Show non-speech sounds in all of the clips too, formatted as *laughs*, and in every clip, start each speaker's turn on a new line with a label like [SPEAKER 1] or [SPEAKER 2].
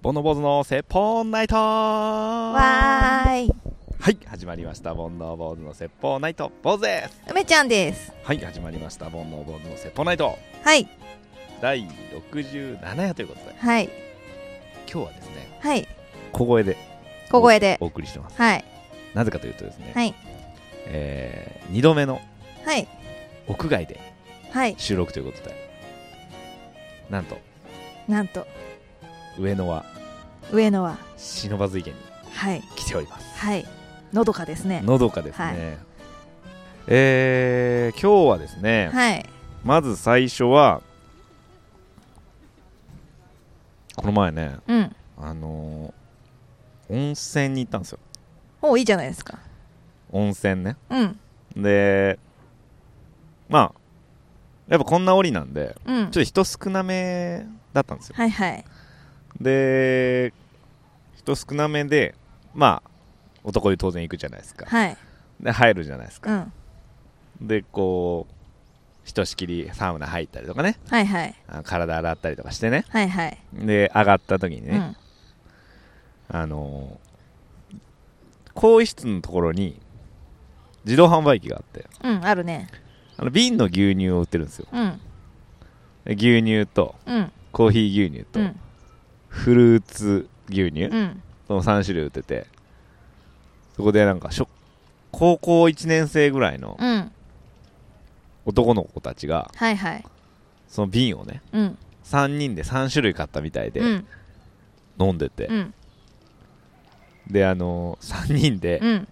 [SPEAKER 1] ボンノボーズの説法ナイト
[SPEAKER 2] わーい
[SPEAKER 1] はい始まりましたボンノボーズの説法ナイト坊主です
[SPEAKER 2] 梅ちゃんです
[SPEAKER 1] はい始まりましたボンノボーズの説法ナイト
[SPEAKER 2] はい
[SPEAKER 1] 第67夜ということで
[SPEAKER 2] はい
[SPEAKER 1] 今日はですね
[SPEAKER 2] はい
[SPEAKER 1] 小声で
[SPEAKER 2] 小声で
[SPEAKER 1] お送りしてます
[SPEAKER 2] はい
[SPEAKER 1] なぜかというとですね、
[SPEAKER 2] はい
[SPEAKER 1] えー、2度目の
[SPEAKER 2] はい
[SPEAKER 1] 屋外で
[SPEAKER 2] はい
[SPEAKER 1] 収録ということでなんと
[SPEAKER 2] なんと
[SPEAKER 1] 上野は
[SPEAKER 2] 上野は
[SPEAKER 1] 不忍池に
[SPEAKER 2] はい
[SPEAKER 1] 来ております
[SPEAKER 2] はいのどかですね
[SPEAKER 1] のどかですね、
[SPEAKER 2] はい
[SPEAKER 1] えー、今日はですね、
[SPEAKER 2] はい
[SPEAKER 1] まず最初はこの前ね
[SPEAKER 2] うん
[SPEAKER 1] あのー温泉に行ったんですよ
[SPEAKER 2] おいいじゃないですか
[SPEAKER 1] 温泉ね
[SPEAKER 2] うん
[SPEAKER 1] でまあやっぱこんな折なんで
[SPEAKER 2] うん
[SPEAKER 1] ちょっと人少なめだったんですよ
[SPEAKER 2] はいはい
[SPEAKER 1] で人少なめでまあ男湯当然行くじゃないですか
[SPEAKER 2] はい
[SPEAKER 1] で入るじゃないです
[SPEAKER 2] う
[SPEAKER 1] か
[SPEAKER 2] ん
[SPEAKER 1] でこうひとしきりサウナ入ったりとかね
[SPEAKER 2] はいはい
[SPEAKER 1] あ体洗ったりとかしてね
[SPEAKER 2] はいはい
[SPEAKER 1] で上がった時に
[SPEAKER 2] う
[SPEAKER 1] ね、
[SPEAKER 2] ん
[SPEAKER 1] あの更衣室のところに自動販売機があって
[SPEAKER 2] うんあるね
[SPEAKER 1] あの瓶の牛乳を売ってるんですよ
[SPEAKER 2] うん
[SPEAKER 1] 牛乳と
[SPEAKER 2] うん
[SPEAKER 1] コーヒー牛乳と
[SPEAKER 2] うん
[SPEAKER 1] フルーツ牛乳、
[SPEAKER 2] うん
[SPEAKER 1] その3種類売っててそこでなんかしょ高校1年生ぐらいの
[SPEAKER 2] うん
[SPEAKER 1] 男の子たちが
[SPEAKER 2] はいはい
[SPEAKER 1] その瓶をね
[SPEAKER 2] うん
[SPEAKER 1] 3人で3種類買ったみたいで
[SPEAKER 2] うん
[SPEAKER 1] 飲んでて、
[SPEAKER 2] うん
[SPEAKER 1] であの3人で
[SPEAKER 2] うん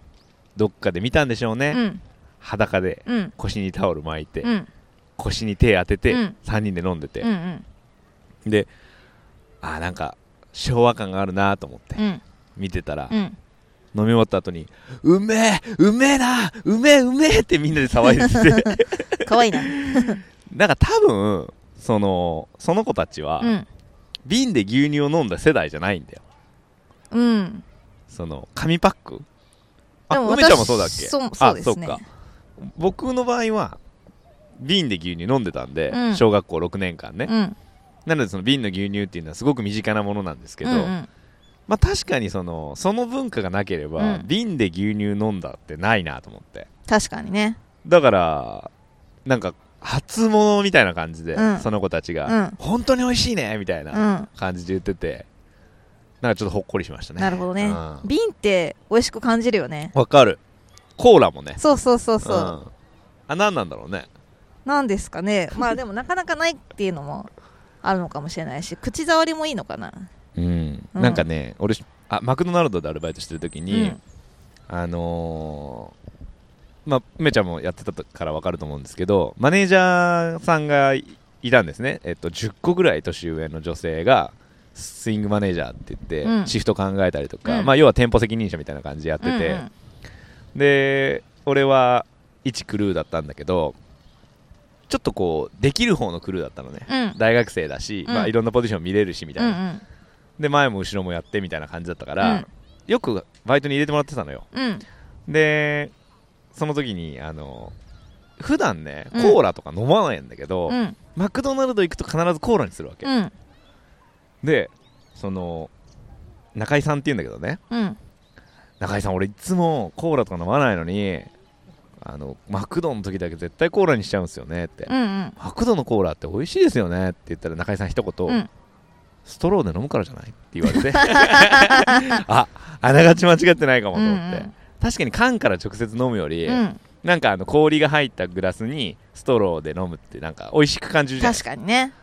[SPEAKER 1] どっかで見たんでしょうね、
[SPEAKER 2] うん
[SPEAKER 1] 裸で
[SPEAKER 2] うん
[SPEAKER 1] 腰にタオル巻いて、
[SPEAKER 2] うん
[SPEAKER 1] 腰に手当てて、
[SPEAKER 2] うん
[SPEAKER 1] 3人で飲んでて
[SPEAKER 2] う、ん
[SPEAKER 1] であーなんか昭和感があるなと思って
[SPEAKER 2] うん
[SPEAKER 1] 見てたら、
[SPEAKER 2] うん
[SPEAKER 1] 飲み終わった後に「うめえうめえなうめえうめえ!」ってみんなで騒い
[SPEAKER 2] *laughs*
[SPEAKER 1] でて
[SPEAKER 2] かわいいな
[SPEAKER 1] なんか多分そのその子たちは、
[SPEAKER 2] うん
[SPEAKER 1] 瓶で牛乳を飲んだ世代じゃないんだよ
[SPEAKER 2] うん
[SPEAKER 1] その紙パックあ
[SPEAKER 2] でも
[SPEAKER 1] 梅ちゃんもそうだっけ
[SPEAKER 2] 私そうそうです
[SPEAKER 1] あ
[SPEAKER 2] ね
[SPEAKER 1] そっか僕の場合は瓶で牛乳飲んでたんで、
[SPEAKER 2] うん
[SPEAKER 1] 小学校6年間ね、
[SPEAKER 2] うん
[SPEAKER 1] なのでその瓶の牛乳っていうのはすごく身近なものなんですけど、
[SPEAKER 2] うんうん
[SPEAKER 1] まあ確かにそのその文化がなければ、
[SPEAKER 2] うん
[SPEAKER 1] 瓶で牛乳飲んだってないなと思って
[SPEAKER 2] 確かにね
[SPEAKER 1] だからなんか初物みたいな感じで、
[SPEAKER 2] うん
[SPEAKER 1] その子たち
[SPEAKER 2] う
[SPEAKER 1] が、
[SPEAKER 2] ん
[SPEAKER 1] 本当に美味しいねみたいうなん感じで言っててなんかちょっとほっこりしましたね
[SPEAKER 2] なるほどね
[SPEAKER 1] うん
[SPEAKER 2] 瓶って美味しく感じるよね
[SPEAKER 1] わかるコーラもね
[SPEAKER 2] そうそうそうそう、
[SPEAKER 1] ん、あ何なんだろうね
[SPEAKER 2] なんですかねまあでもなかなかないっていうのもあるのかもしれないし
[SPEAKER 1] *laughs*
[SPEAKER 2] 口触りもいいのかな
[SPEAKER 1] うん、
[SPEAKER 2] うん
[SPEAKER 1] なんかね俺あマクドナルドでアルバイトしてる時
[SPEAKER 2] う
[SPEAKER 1] に、
[SPEAKER 2] ん
[SPEAKER 1] あのーまあ、梅ちゃんもやってたから分かると思うんですけど、マネージャーさんがいいたんですね、えっと、10個ぐらい年上の女性が、スイングマネージャーって言って、
[SPEAKER 2] うん
[SPEAKER 1] シフト考えたりとか、
[SPEAKER 2] うん
[SPEAKER 1] まあ、要は店舗責任者みたいな感じでやって
[SPEAKER 2] うんうん
[SPEAKER 1] て、で、俺は1クルーだったんだけど、ちょっとこう、できる方のクルーだったのね。
[SPEAKER 2] うん
[SPEAKER 1] 大学生だし、
[SPEAKER 2] うん
[SPEAKER 1] まあ、いろんなポジション見れるしみた
[SPEAKER 2] う
[SPEAKER 1] い
[SPEAKER 2] んう
[SPEAKER 1] な、
[SPEAKER 2] ん
[SPEAKER 1] で前も後ろもやってみたいな感じだったから、
[SPEAKER 2] うん
[SPEAKER 1] よくバイトに入れてもらってたのよ
[SPEAKER 2] うん
[SPEAKER 1] でその時にあの普段ね
[SPEAKER 2] うん
[SPEAKER 1] コーラとか飲まないんだけど、
[SPEAKER 2] うん
[SPEAKER 1] マクドナルド行くと必ずコーラにするわけ、
[SPEAKER 2] うん
[SPEAKER 1] でその中井さんって言うんだけどね
[SPEAKER 2] うん
[SPEAKER 1] 中井さん俺いつもコーラとか飲まないのにあのマクドの時だけ絶対コーラにしちゃうんですよねって、
[SPEAKER 2] うんうん
[SPEAKER 1] マクドのコーラって美味しいですよねって言ったら中井さん一言、
[SPEAKER 2] うん
[SPEAKER 1] ストローで飲むからじゃないって言われ
[SPEAKER 2] *laughs*
[SPEAKER 1] てああながち間違ってないかもと思って、確かに缶から直接飲むより、
[SPEAKER 2] うんうん
[SPEAKER 1] なんかあの氷が入ったグラスにストローで飲むってなんか美味しく感じるじゃんだか
[SPEAKER 2] 確かにね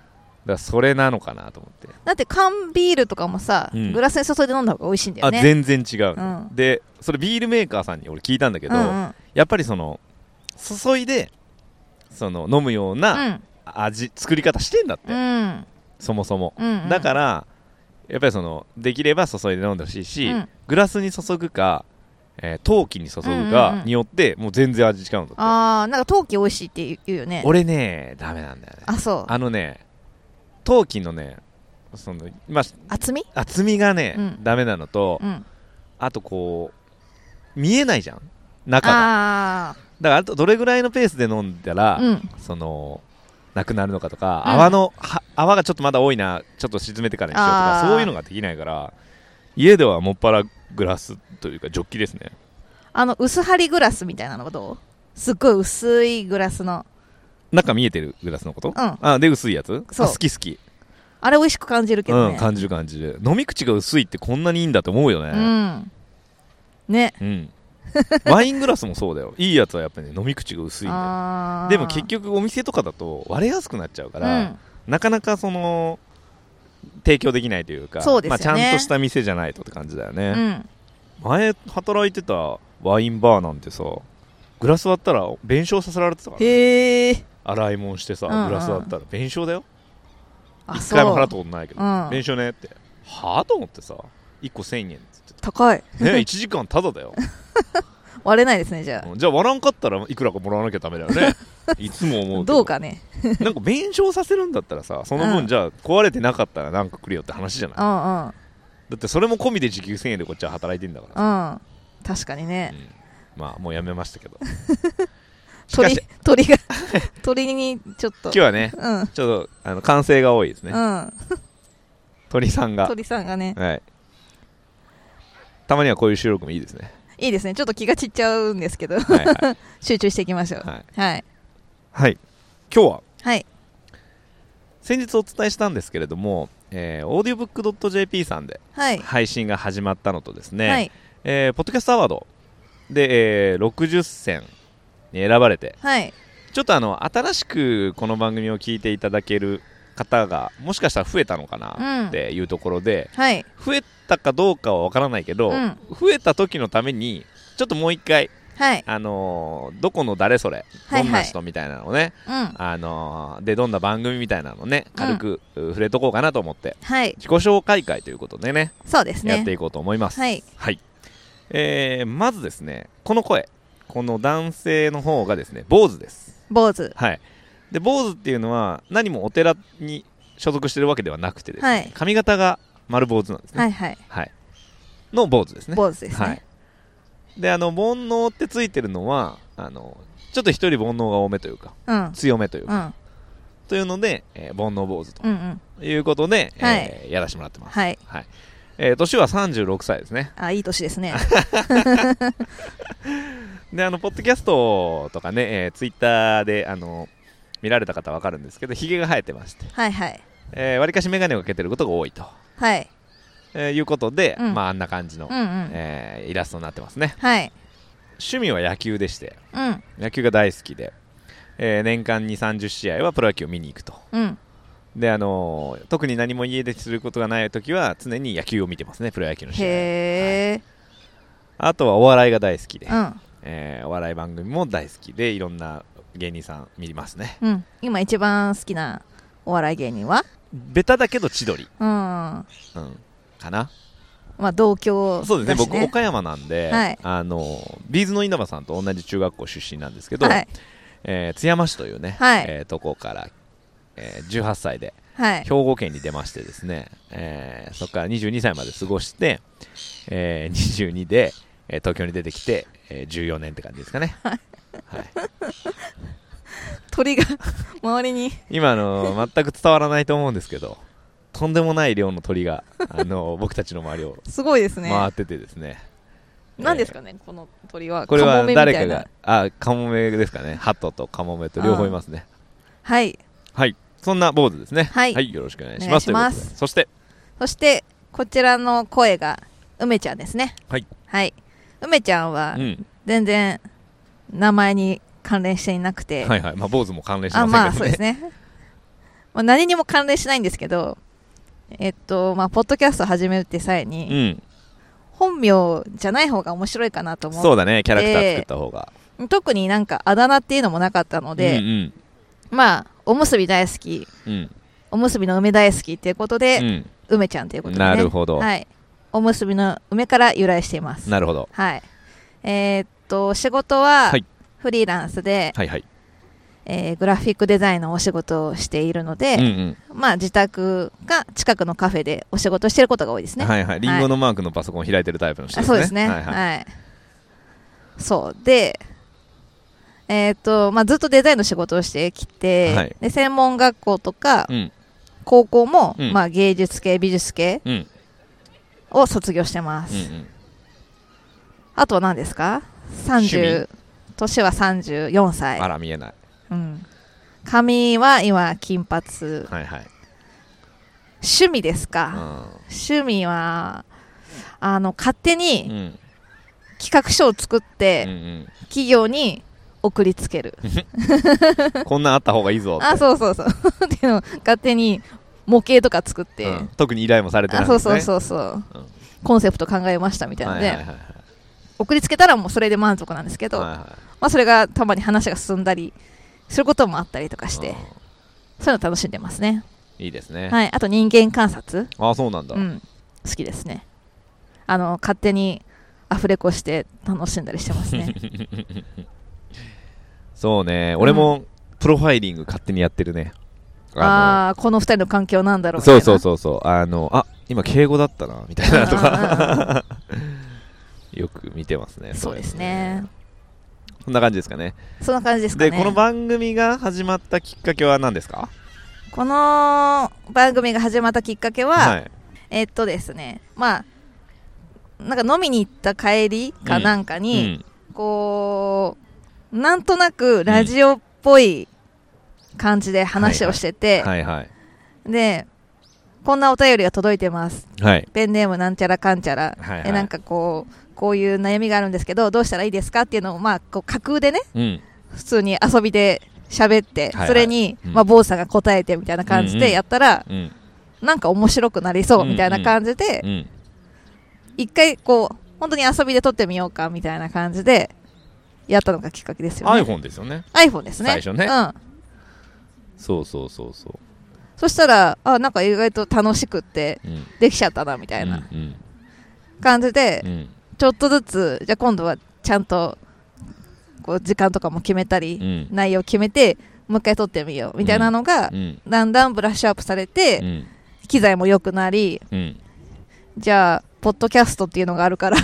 [SPEAKER 1] らそれなのかなと思って、
[SPEAKER 2] だって缶ビールとかもさ、
[SPEAKER 1] うん
[SPEAKER 2] グラスに注いで飲んだ方が美味しいんだよ
[SPEAKER 1] あ
[SPEAKER 2] ね
[SPEAKER 1] 全然違う
[SPEAKER 2] う
[SPEAKER 1] の、
[SPEAKER 2] ん
[SPEAKER 1] でそれビールメーカーさんに俺聞いたんだけど、
[SPEAKER 2] うんうん
[SPEAKER 1] やっぱりその注いでその飲むよう
[SPEAKER 2] う
[SPEAKER 1] なん味、作り方してんだって、
[SPEAKER 2] うん
[SPEAKER 1] そもそも、
[SPEAKER 2] うんうん
[SPEAKER 1] だからやっぱりそのできれば注いで飲んでほしいし、
[SPEAKER 2] うん
[SPEAKER 1] グラスに注ぐか、えー陶器に注ぐかによってもう全然味違うんだって、
[SPEAKER 2] ああなんか陶器美味しいって言うよね
[SPEAKER 1] 俺ねダメなんだよね
[SPEAKER 2] あそう
[SPEAKER 1] あのね、陶器のね、そのまあ、
[SPEAKER 2] 厚み
[SPEAKER 1] 厚みがね、
[SPEAKER 2] うん
[SPEAKER 1] ダメなのと、
[SPEAKER 2] うん
[SPEAKER 1] あとこう、見えないじゃん、中が。
[SPEAKER 2] あ
[SPEAKER 1] だから、あとどれぐらいのペースで飲んだら、
[SPEAKER 2] あうん
[SPEAKER 1] その、なくなるのかとか、
[SPEAKER 2] うん
[SPEAKER 1] 泡のは泡がちょっとまだ多いなちょっと沈めてからにしようとか
[SPEAKER 2] あー
[SPEAKER 1] そういうのができないから家ではもっぱらグラスというかジョッキですね
[SPEAKER 2] あの薄張りグラスみたいなのがどうすっごい薄いグラスの
[SPEAKER 1] 中見えてるグラスのこと、あで薄いやつ
[SPEAKER 2] そう
[SPEAKER 1] あ好き好き、
[SPEAKER 2] あれ美味しく感じるけど
[SPEAKER 1] う
[SPEAKER 2] ね
[SPEAKER 1] ん、感じる感じる飲み口が薄いってこんなにいいんだと思うよ
[SPEAKER 2] う
[SPEAKER 1] ね
[SPEAKER 2] んね
[SPEAKER 1] うん、ワイングラスもそうだよいいやつはやっぱり、ね、飲み口が薄いんだよ
[SPEAKER 2] あー
[SPEAKER 1] でも結局お店とかだと割れやすくなっちゃうから、
[SPEAKER 2] うん
[SPEAKER 1] なかなかその提供できないというか
[SPEAKER 2] そうです
[SPEAKER 1] ま
[SPEAKER 2] よ
[SPEAKER 1] あ、
[SPEAKER 2] ね
[SPEAKER 1] ちゃんとした店じゃないとって感じだよ
[SPEAKER 2] う
[SPEAKER 1] ね、
[SPEAKER 2] ん
[SPEAKER 1] 前働いてたワインバーなんてさグラス割ったら弁償させられてたから
[SPEAKER 2] へえ
[SPEAKER 1] 洗い物してさ、
[SPEAKER 2] うんうん
[SPEAKER 1] グラス割ったら弁償だよ
[SPEAKER 2] あ
[SPEAKER 1] 一
[SPEAKER 2] そう
[SPEAKER 1] 回も払ったことないけど、
[SPEAKER 2] うん
[SPEAKER 1] 弁償ねってはあと思ってさ1個1000円っつって
[SPEAKER 2] 高い *laughs*
[SPEAKER 1] たね1時間ただだよ、
[SPEAKER 2] 割れないですねじゃ
[SPEAKER 1] うんじゃあ割らんかったらいくらかもらわなきゃダメだよ
[SPEAKER 2] *laughs*
[SPEAKER 1] ねいつも思うけ
[SPEAKER 2] あ
[SPEAKER 1] ど
[SPEAKER 2] どうかね
[SPEAKER 1] なんか弁償させるんだったらさその
[SPEAKER 2] う
[SPEAKER 1] 分
[SPEAKER 2] ん
[SPEAKER 1] じゃあ壊れてなかったらなんかくれよって話じゃない、
[SPEAKER 2] うんうん
[SPEAKER 1] だってそれも込みで時給1000円でこっちは働いてんだからさ、
[SPEAKER 2] うん確かにね
[SPEAKER 1] うんまあもうやめましたけどしか
[SPEAKER 2] 鳥
[SPEAKER 1] し *laughs*
[SPEAKER 2] 鳥が鳥にちょっと
[SPEAKER 1] 今日はね
[SPEAKER 2] うん
[SPEAKER 1] ちょっとあの歓声が多いですね、
[SPEAKER 2] うん
[SPEAKER 1] 鳥さんが、
[SPEAKER 2] 鳥さんがね
[SPEAKER 1] はい、たまにはこういう収録もいいです
[SPEAKER 2] *laughs*
[SPEAKER 1] ね、
[SPEAKER 2] いいですねちょっと気が散っちゃうんですけど
[SPEAKER 1] はいはい
[SPEAKER 2] *laughs* 集中していきましょう
[SPEAKER 1] はい
[SPEAKER 2] はい
[SPEAKER 1] はい、今日は
[SPEAKER 2] はい
[SPEAKER 1] 先日お伝えしたんですけれども、えー、audiobook.jp さんで
[SPEAKER 2] はい
[SPEAKER 1] 配信が始まったのとですね、
[SPEAKER 2] はい
[SPEAKER 1] えーポッドキャストアワードで、えー60選に選ばれて
[SPEAKER 2] はい
[SPEAKER 1] ちょっとあの新しくこの番組を聞いていただける方がもしかしたら増えたのか
[SPEAKER 2] うん
[SPEAKER 1] なっていうところで、
[SPEAKER 2] はい
[SPEAKER 1] 増えたかどうかは分からないけど、
[SPEAKER 2] うん
[SPEAKER 1] 増えた時のためにちょっともう一回、
[SPEAKER 2] はい
[SPEAKER 1] あのーどこの誰それ、
[SPEAKER 2] はいはい
[SPEAKER 1] どんな人みたいなのね、
[SPEAKER 2] うん
[SPEAKER 1] あのーでどんな番組みたいなのね軽くう触れとこうかなと思って
[SPEAKER 2] はい
[SPEAKER 1] 自己紹介会ということでね
[SPEAKER 2] そうです
[SPEAKER 1] やっ
[SPEAKER 2] ね
[SPEAKER 1] ていこうと思います。
[SPEAKER 2] はい
[SPEAKER 1] はい、えーまずですねこの声この男性の方がですね坊主です
[SPEAKER 2] 坊主
[SPEAKER 1] はいで坊主っていうのは何もお寺に所属してるわけではなくてですね、
[SPEAKER 2] はい
[SPEAKER 1] 髪型が丸坊主なんですね、
[SPEAKER 2] はいいはい
[SPEAKER 1] はい、の坊主ですね
[SPEAKER 2] 坊主です
[SPEAKER 1] はい
[SPEAKER 2] ね、
[SPEAKER 1] であの煩悩ってついてるのはあのちょっと一人煩悩が多めというか
[SPEAKER 2] うん
[SPEAKER 1] 強めというか、
[SPEAKER 2] うん
[SPEAKER 1] というので、えー煩悩坊主と
[SPEAKER 2] うんうん
[SPEAKER 1] いうことで、
[SPEAKER 2] は
[SPEAKER 1] えーやらせてもらってます、
[SPEAKER 2] はい
[SPEAKER 1] はいえー年は36歳ですね
[SPEAKER 2] あいい年です
[SPEAKER 1] *laughs*
[SPEAKER 2] ね
[SPEAKER 1] であのポッドキャストとかね、えーツイッターであの見られた方わかるんですけどひげが生えてましてわり、
[SPEAKER 2] はいはい
[SPEAKER 1] えー割かし眼鏡をかけてることが多いと、
[SPEAKER 2] はい
[SPEAKER 1] えーいうことで、
[SPEAKER 2] うん
[SPEAKER 1] まあ、あんな感じの、
[SPEAKER 2] うんうん
[SPEAKER 1] えーイラストになってますね
[SPEAKER 2] はい
[SPEAKER 1] 趣味は野球でして
[SPEAKER 2] うん
[SPEAKER 1] 野球が大好きで、えー年間に30試合はプロ野球を見に行くと
[SPEAKER 2] うん
[SPEAKER 1] であのー特に何も家ですることがない時は常に野球を見てますねプロ野球の試合
[SPEAKER 2] へえ
[SPEAKER 1] あとはお笑いが大好きで、
[SPEAKER 2] うん
[SPEAKER 1] えーお笑い番組も大好きでいろんな芸人さん見ますね
[SPEAKER 2] うん今一番好きなお笑い芸人は
[SPEAKER 1] ベタだけど千鳥
[SPEAKER 2] うんま
[SPEAKER 1] うん、かな
[SPEAKER 2] あ同郷だし
[SPEAKER 1] そうですね僕岡山なんで、
[SPEAKER 2] はい
[SPEAKER 1] あのビーズの稲葉さんと同じ中学校出身なんですけど、
[SPEAKER 2] はい
[SPEAKER 1] えー津山市というね、
[SPEAKER 2] はい
[SPEAKER 1] えーとこから、えー18歳で
[SPEAKER 2] はい
[SPEAKER 1] 兵庫県に出ましてですね、えーそこから22歳まで過ごして、えー22で、えー東京に出てきて、えー14年って感じですかね、はい、
[SPEAKER 2] 鳥が *laughs* 周りに
[SPEAKER 1] 今あのー全く伝わらないと思うんですけどとんでもない量の鳥が、あのー僕たちの周りを
[SPEAKER 2] すごいです *laughs* ね
[SPEAKER 1] 回っててですね
[SPEAKER 2] 何ですかねこの鳥は
[SPEAKER 1] これ
[SPEAKER 2] カ
[SPEAKER 1] は
[SPEAKER 2] モメみたいな
[SPEAKER 1] 誰かが、あ、カモメですかね。ハトとカモメと両方いますね。
[SPEAKER 2] はい
[SPEAKER 1] はい。そんな坊主ですね。
[SPEAKER 2] はい
[SPEAKER 1] よろしくお願いします。
[SPEAKER 2] お願いします
[SPEAKER 1] ということでそして、
[SPEAKER 2] そしてこちらの声が梅ちゃんですね
[SPEAKER 1] はい
[SPEAKER 2] はい梅ちゃんは
[SPEAKER 1] うん。
[SPEAKER 2] 全然名前に関連していなくて、
[SPEAKER 1] はいはい。まあ、坊主も関連し
[SPEAKER 2] あ
[SPEAKER 1] ま
[SPEAKER 2] まあ
[SPEAKER 1] せん
[SPEAKER 2] そ
[SPEAKER 1] け
[SPEAKER 2] うで
[SPEAKER 1] ど
[SPEAKER 2] す
[SPEAKER 1] ね。
[SPEAKER 2] ね、 *laughs* まあ、何にも関連しないんですけどえっとまあポッドキャスト始めるって際に、本名じゃない方が面白いかなと
[SPEAKER 1] うん。
[SPEAKER 2] 思
[SPEAKER 1] そうだね。キャラクター作った方が。
[SPEAKER 2] う特になんかあだ名っていうのもなかったので
[SPEAKER 1] う、ん
[SPEAKER 2] まあおむすび大好き
[SPEAKER 1] うん。うん。
[SPEAKER 2] おむすびの梅大好きっていうことで、
[SPEAKER 1] うん
[SPEAKER 2] 梅ちゃんということで、ね、
[SPEAKER 1] なるほど
[SPEAKER 2] はい、おむすびの梅から由来しています
[SPEAKER 1] なるほど。
[SPEAKER 2] はいえーっと仕事は
[SPEAKER 1] はい
[SPEAKER 2] フリーランスで、
[SPEAKER 1] はいはい。
[SPEAKER 2] えーグラフィックデザインのお仕事をしているので、
[SPEAKER 1] うんうん。
[SPEAKER 2] まあ、自宅が近くのカフェでお仕事してることが多いですね。
[SPEAKER 1] はいはい。リンゴのマークのパソコンを開いてるタイプの人
[SPEAKER 2] あ
[SPEAKER 1] ですね。
[SPEAKER 2] そうですね。
[SPEAKER 1] はいはい。
[SPEAKER 2] はい。そう。で、えーっとまあ、ずっとデザインの仕事をしてきて、
[SPEAKER 1] はい
[SPEAKER 2] で専門学校とか
[SPEAKER 1] うん
[SPEAKER 2] 高校も、
[SPEAKER 1] うん
[SPEAKER 2] まあ、芸術系美術系
[SPEAKER 1] うんうん
[SPEAKER 2] を卒業してます、
[SPEAKER 1] うん
[SPEAKER 2] あとは何ですか
[SPEAKER 1] 趣
[SPEAKER 2] 30年は34歳
[SPEAKER 1] あら見えない
[SPEAKER 2] うん、髪は今金髪
[SPEAKER 1] はいはい
[SPEAKER 2] 趣味ですか、趣味はあの勝手
[SPEAKER 1] うんう
[SPEAKER 2] に
[SPEAKER 1] ん
[SPEAKER 2] 企画書を作っ
[SPEAKER 1] うん
[SPEAKER 2] て企業に送りつける、
[SPEAKER 1] うんこんなんあった方がいいぞって
[SPEAKER 2] あそうそうそう *laughs* っていうのを勝手に模型とか作って、
[SPEAKER 1] うん特に依頼もされてない
[SPEAKER 2] あ
[SPEAKER 1] ん
[SPEAKER 2] そう
[SPEAKER 1] です
[SPEAKER 2] そ
[SPEAKER 1] ね
[SPEAKER 2] うそうそう、
[SPEAKER 1] うん
[SPEAKER 2] コンセプト考えましたみたいな
[SPEAKER 1] は
[SPEAKER 2] の
[SPEAKER 1] い
[SPEAKER 2] で、
[SPEAKER 1] はいはいはい
[SPEAKER 2] 送りつけたらもうそれで満足なんですけど、
[SPEAKER 1] はいは
[SPEAKER 2] まあ、それがたまに話が進んだりすることもあったりとか
[SPEAKER 1] い
[SPEAKER 2] して、
[SPEAKER 1] うん
[SPEAKER 2] そういうの楽しんでますね、
[SPEAKER 1] いいですね
[SPEAKER 2] はい、あと人間観察、
[SPEAKER 1] あそうなんだ
[SPEAKER 2] うん、好きですねあの勝手にアフレコして楽しんだりしてます
[SPEAKER 1] *laughs*
[SPEAKER 2] ね
[SPEAKER 1] そうね俺もプロファイリング勝手にやってるねの
[SPEAKER 2] ああーこの二人の関係は何だろうみたい
[SPEAKER 1] そう
[SPEAKER 2] な
[SPEAKER 1] そうそうそうあのあ今敬語だったなみたいなとか *laughs* よく見てますね
[SPEAKER 2] そうですね
[SPEAKER 1] こんな感じですかね
[SPEAKER 2] そんな感じですか
[SPEAKER 1] で
[SPEAKER 2] ね
[SPEAKER 1] この番組が始まったきっかけは何ですか
[SPEAKER 2] この番組が始まったきっかけは、
[SPEAKER 1] い
[SPEAKER 2] えっとですねまあなんか飲みに行った帰りかなんかに、こうなんとなくラジオっぽい感じで話をして
[SPEAKER 1] う
[SPEAKER 2] て、
[SPEAKER 1] ん、はいはい
[SPEAKER 2] でこんなお便りが届いてます
[SPEAKER 1] はい
[SPEAKER 2] ペンネームなんちゃらかんちゃら、
[SPEAKER 1] はいはい
[SPEAKER 2] えなんかこうこういう悩みがあるんですけどどうしたらいいですかっていうのを、まあ、こう架空でね
[SPEAKER 1] うん
[SPEAKER 2] 普通に遊びで喋って、
[SPEAKER 1] はいはい
[SPEAKER 2] それに、
[SPEAKER 1] うん
[SPEAKER 2] まあ、坊さんが答えてみたいな感じ
[SPEAKER 1] うんう
[SPEAKER 2] で
[SPEAKER 1] ん
[SPEAKER 2] やったら、
[SPEAKER 1] うん
[SPEAKER 2] なんか面白くなりそうみたいな感じで、
[SPEAKER 1] うん
[SPEAKER 2] 一回こう本当に遊びで撮ってみようかみたいな感じでやったのがきっかけですよね
[SPEAKER 1] iPhone ですよね
[SPEAKER 2] iPhone ですね
[SPEAKER 1] 最初ね
[SPEAKER 2] うん、
[SPEAKER 1] そうそうそうそ
[SPEAKER 2] そしたらあなんか意外と楽しくって
[SPEAKER 1] ううんみ
[SPEAKER 2] できちゃったなみたいな
[SPEAKER 1] うん
[SPEAKER 2] 感じで、
[SPEAKER 1] うんうん
[SPEAKER 2] ちょっとずつじゃあ今度はちゃんとこう時間とかも決めたり、
[SPEAKER 1] うん
[SPEAKER 2] 内容決めてもう一回撮ってみようみたいなのが、
[SPEAKER 1] うん
[SPEAKER 2] だんだんブラッシュアップされて、
[SPEAKER 1] うん
[SPEAKER 2] 機材も良くなり
[SPEAKER 1] うんうん
[SPEAKER 2] じゃあポッドキャストっていうのがあるから、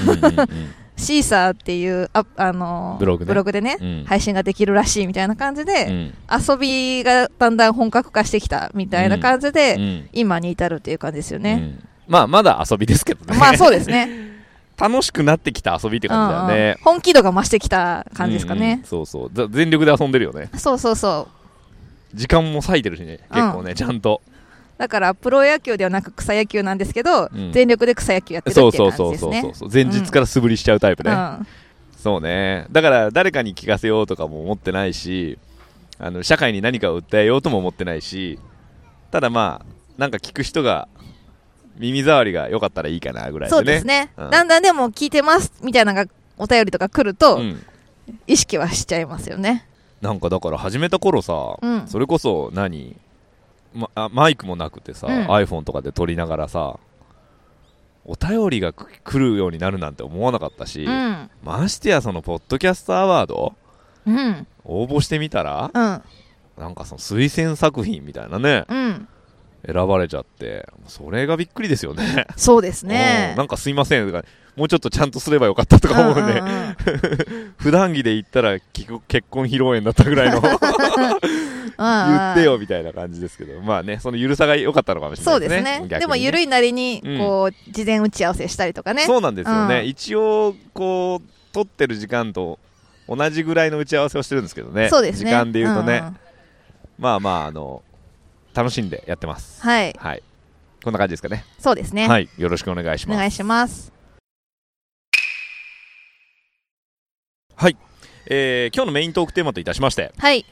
[SPEAKER 2] *laughs* シーサーっていうあ、あのー
[SPEAKER 1] ブログね
[SPEAKER 2] でね、
[SPEAKER 1] うん
[SPEAKER 2] 配信ができるらしいみたいな感じで、
[SPEAKER 1] うん
[SPEAKER 2] 遊びがだんだん本格化してきたみたいな感じで、
[SPEAKER 1] うん
[SPEAKER 2] 今に至るっていう感じですよね、
[SPEAKER 1] うんまあまだ遊びですけどね
[SPEAKER 2] ま *laughs* あそうで
[SPEAKER 1] *laughs*
[SPEAKER 2] すね
[SPEAKER 1] 楽しくなってきた遊びって感じだよ
[SPEAKER 2] うんうん
[SPEAKER 1] ね
[SPEAKER 2] 本気度が増してきた感じですか
[SPEAKER 1] うんう
[SPEAKER 2] ね
[SPEAKER 1] ん、そうそうざ全力で遊んでるよね
[SPEAKER 2] そうそうそう
[SPEAKER 1] 時間も割いてるしね結構ね、ちゃんと
[SPEAKER 2] だからプロ野球ではなく草野球なんですけど、
[SPEAKER 1] うん
[SPEAKER 2] 全力で草野球やってるってい
[SPEAKER 1] そううそう
[SPEAKER 2] 感じ
[SPEAKER 1] そう
[SPEAKER 2] です
[SPEAKER 1] そう
[SPEAKER 2] ね
[SPEAKER 1] そうそう前日から素振りしちゃうタイプね、
[SPEAKER 2] うん
[SPEAKER 1] そうねだから誰かに聞かせようとかも思ってないしあの社会に何かを訴えようとも思ってないしただまあなんか聞く人が耳障りが良かったらいいかなぐらいでね
[SPEAKER 2] そうですね、
[SPEAKER 1] うん
[SPEAKER 2] だんだんでも聞いてますみたいなのがお便りとか来ると、
[SPEAKER 1] うん
[SPEAKER 2] 意識はしちゃいますよね
[SPEAKER 1] なんかだから始めた頃さ、
[SPEAKER 2] うん
[SPEAKER 1] それこそ何、ま、あマイクもなくてさ、
[SPEAKER 2] うん
[SPEAKER 1] iPhone とかで撮りながらさお便りがく来るようになるなんて思わなかったし、
[SPEAKER 2] うん
[SPEAKER 1] ましてやそのポッドキャストアワード
[SPEAKER 2] うん
[SPEAKER 1] 応募してみたら
[SPEAKER 2] うん
[SPEAKER 1] なんかその推薦作品みたいなね
[SPEAKER 2] うん
[SPEAKER 1] 選ばれちゃってそれがびっくりですよね
[SPEAKER 2] そうです
[SPEAKER 1] う
[SPEAKER 2] ね
[SPEAKER 1] んなんかすいませんとかもうちょっとちゃんとすればよかったとか思うね、
[SPEAKER 2] んんん
[SPEAKER 1] 普段着で言ったら結婚結婚披露宴だったぐら
[SPEAKER 2] *laughs*
[SPEAKER 1] いの
[SPEAKER 2] うんうん
[SPEAKER 1] 言ってよみたいな感じですけど、まあね、そのゆるさが良かったのかもしれな
[SPEAKER 2] そ
[SPEAKER 1] いうで
[SPEAKER 2] です
[SPEAKER 1] ね。
[SPEAKER 2] すねでもゆる
[SPEAKER 1] い
[SPEAKER 2] いなりに
[SPEAKER 1] うん
[SPEAKER 2] こう、事前打ち合わせしたりとかね
[SPEAKER 1] そうなんですよね。
[SPEAKER 2] うん
[SPEAKER 1] 一応、こう、撮ってる時間と同じぐらいの打ち合わせをしてるんですけどね。
[SPEAKER 2] そうですね
[SPEAKER 1] 時間で言うとね、
[SPEAKER 2] んん
[SPEAKER 1] まあまあ、あの、楽しんでやってます。
[SPEAKER 2] はい
[SPEAKER 1] はい。こんな感じですかね。
[SPEAKER 2] そうですね、
[SPEAKER 1] はい。よろしくお願いし
[SPEAKER 2] お
[SPEAKER 1] ます。
[SPEAKER 2] 願いします
[SPEAKER 1] えー今日のメイントークテーマといたしまして、
[SPEAKER 2] はい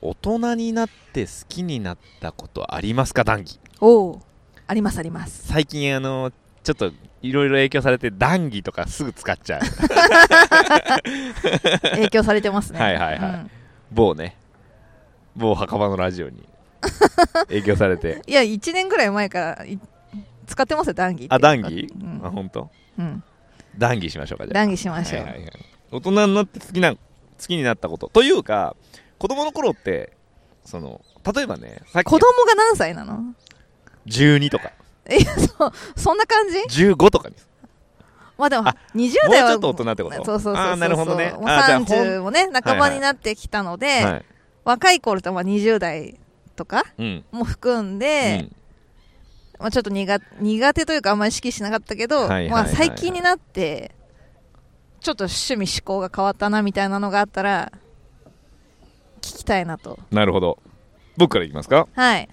[SPEAKER 1] 大人になって好きになったことありますか、談義。
[SPEAKER 2] おおありますあります
[SPEAKER 1] 最近あのちょっといろいろ影響されて談義とかすぐ使っちゃう
[SPEAKER 2] 影響されてますね
[SPEAKER 1] はいはいはい
[SPEAKER 2] うん
[SPEAKER 1] 某ね某墓場のラジオ
[SPEAKER 2] *laughs*
[SPEAKER 1] に影響されて
[SPEAKER 2] いや1年ぐらい前からい使ってますよ談義って
[SPEAKER 1] あ談義、
[SPEAKER 2] うん
[SPEAKER 1] あ本当
[SPEAKER 2] うん
[SPEAKER 1] 談義しましょうかじゃあ
[SPEAKER 2] 談義しましょう、
[SPEAKER 1] はいはいはい大人になって好きな好きになったことというか子供の頃ってその例えばねさっき
[SPEAKER 2] 子供が何歳なの
[SPEAKER 1] 12とか
[SPEAKER 2] えそうそんな感じ
[SPEAKER 1] 15とかに
[SPEAKER 2] まあでも
[SPEAKER 1] あ
[SPEAKER 2] 20代は
[SPEAKER 1] もうちょっと大人ってこと
[SPEAKER 2] そうそうそうそう
[SPEAKER 1] あーなるほどね
[SPEAKER 2] もう
[SPEAKER 1] あーじゃあほん
[SPEAKER 2] 30もね半ばになってきたので、
[SPEAKER 1] はい
[SPEAKER 2] 若い頃とまあ20代とか
[SPEAKER 1] うん
[SPEAKER 2] も含んで、まあ、ちょっと苦苦手というかあんまり意識しなかったけど、
[SPEAKER 1] はいはいはい
[SPEAKER 2] まあ、最近になってちょっと趣味思考が変わったなみたいなのがあったら聞きたいなと
[SPEAKER 1] うんなるほど僕からいきますか
[SPEAKER 2] はい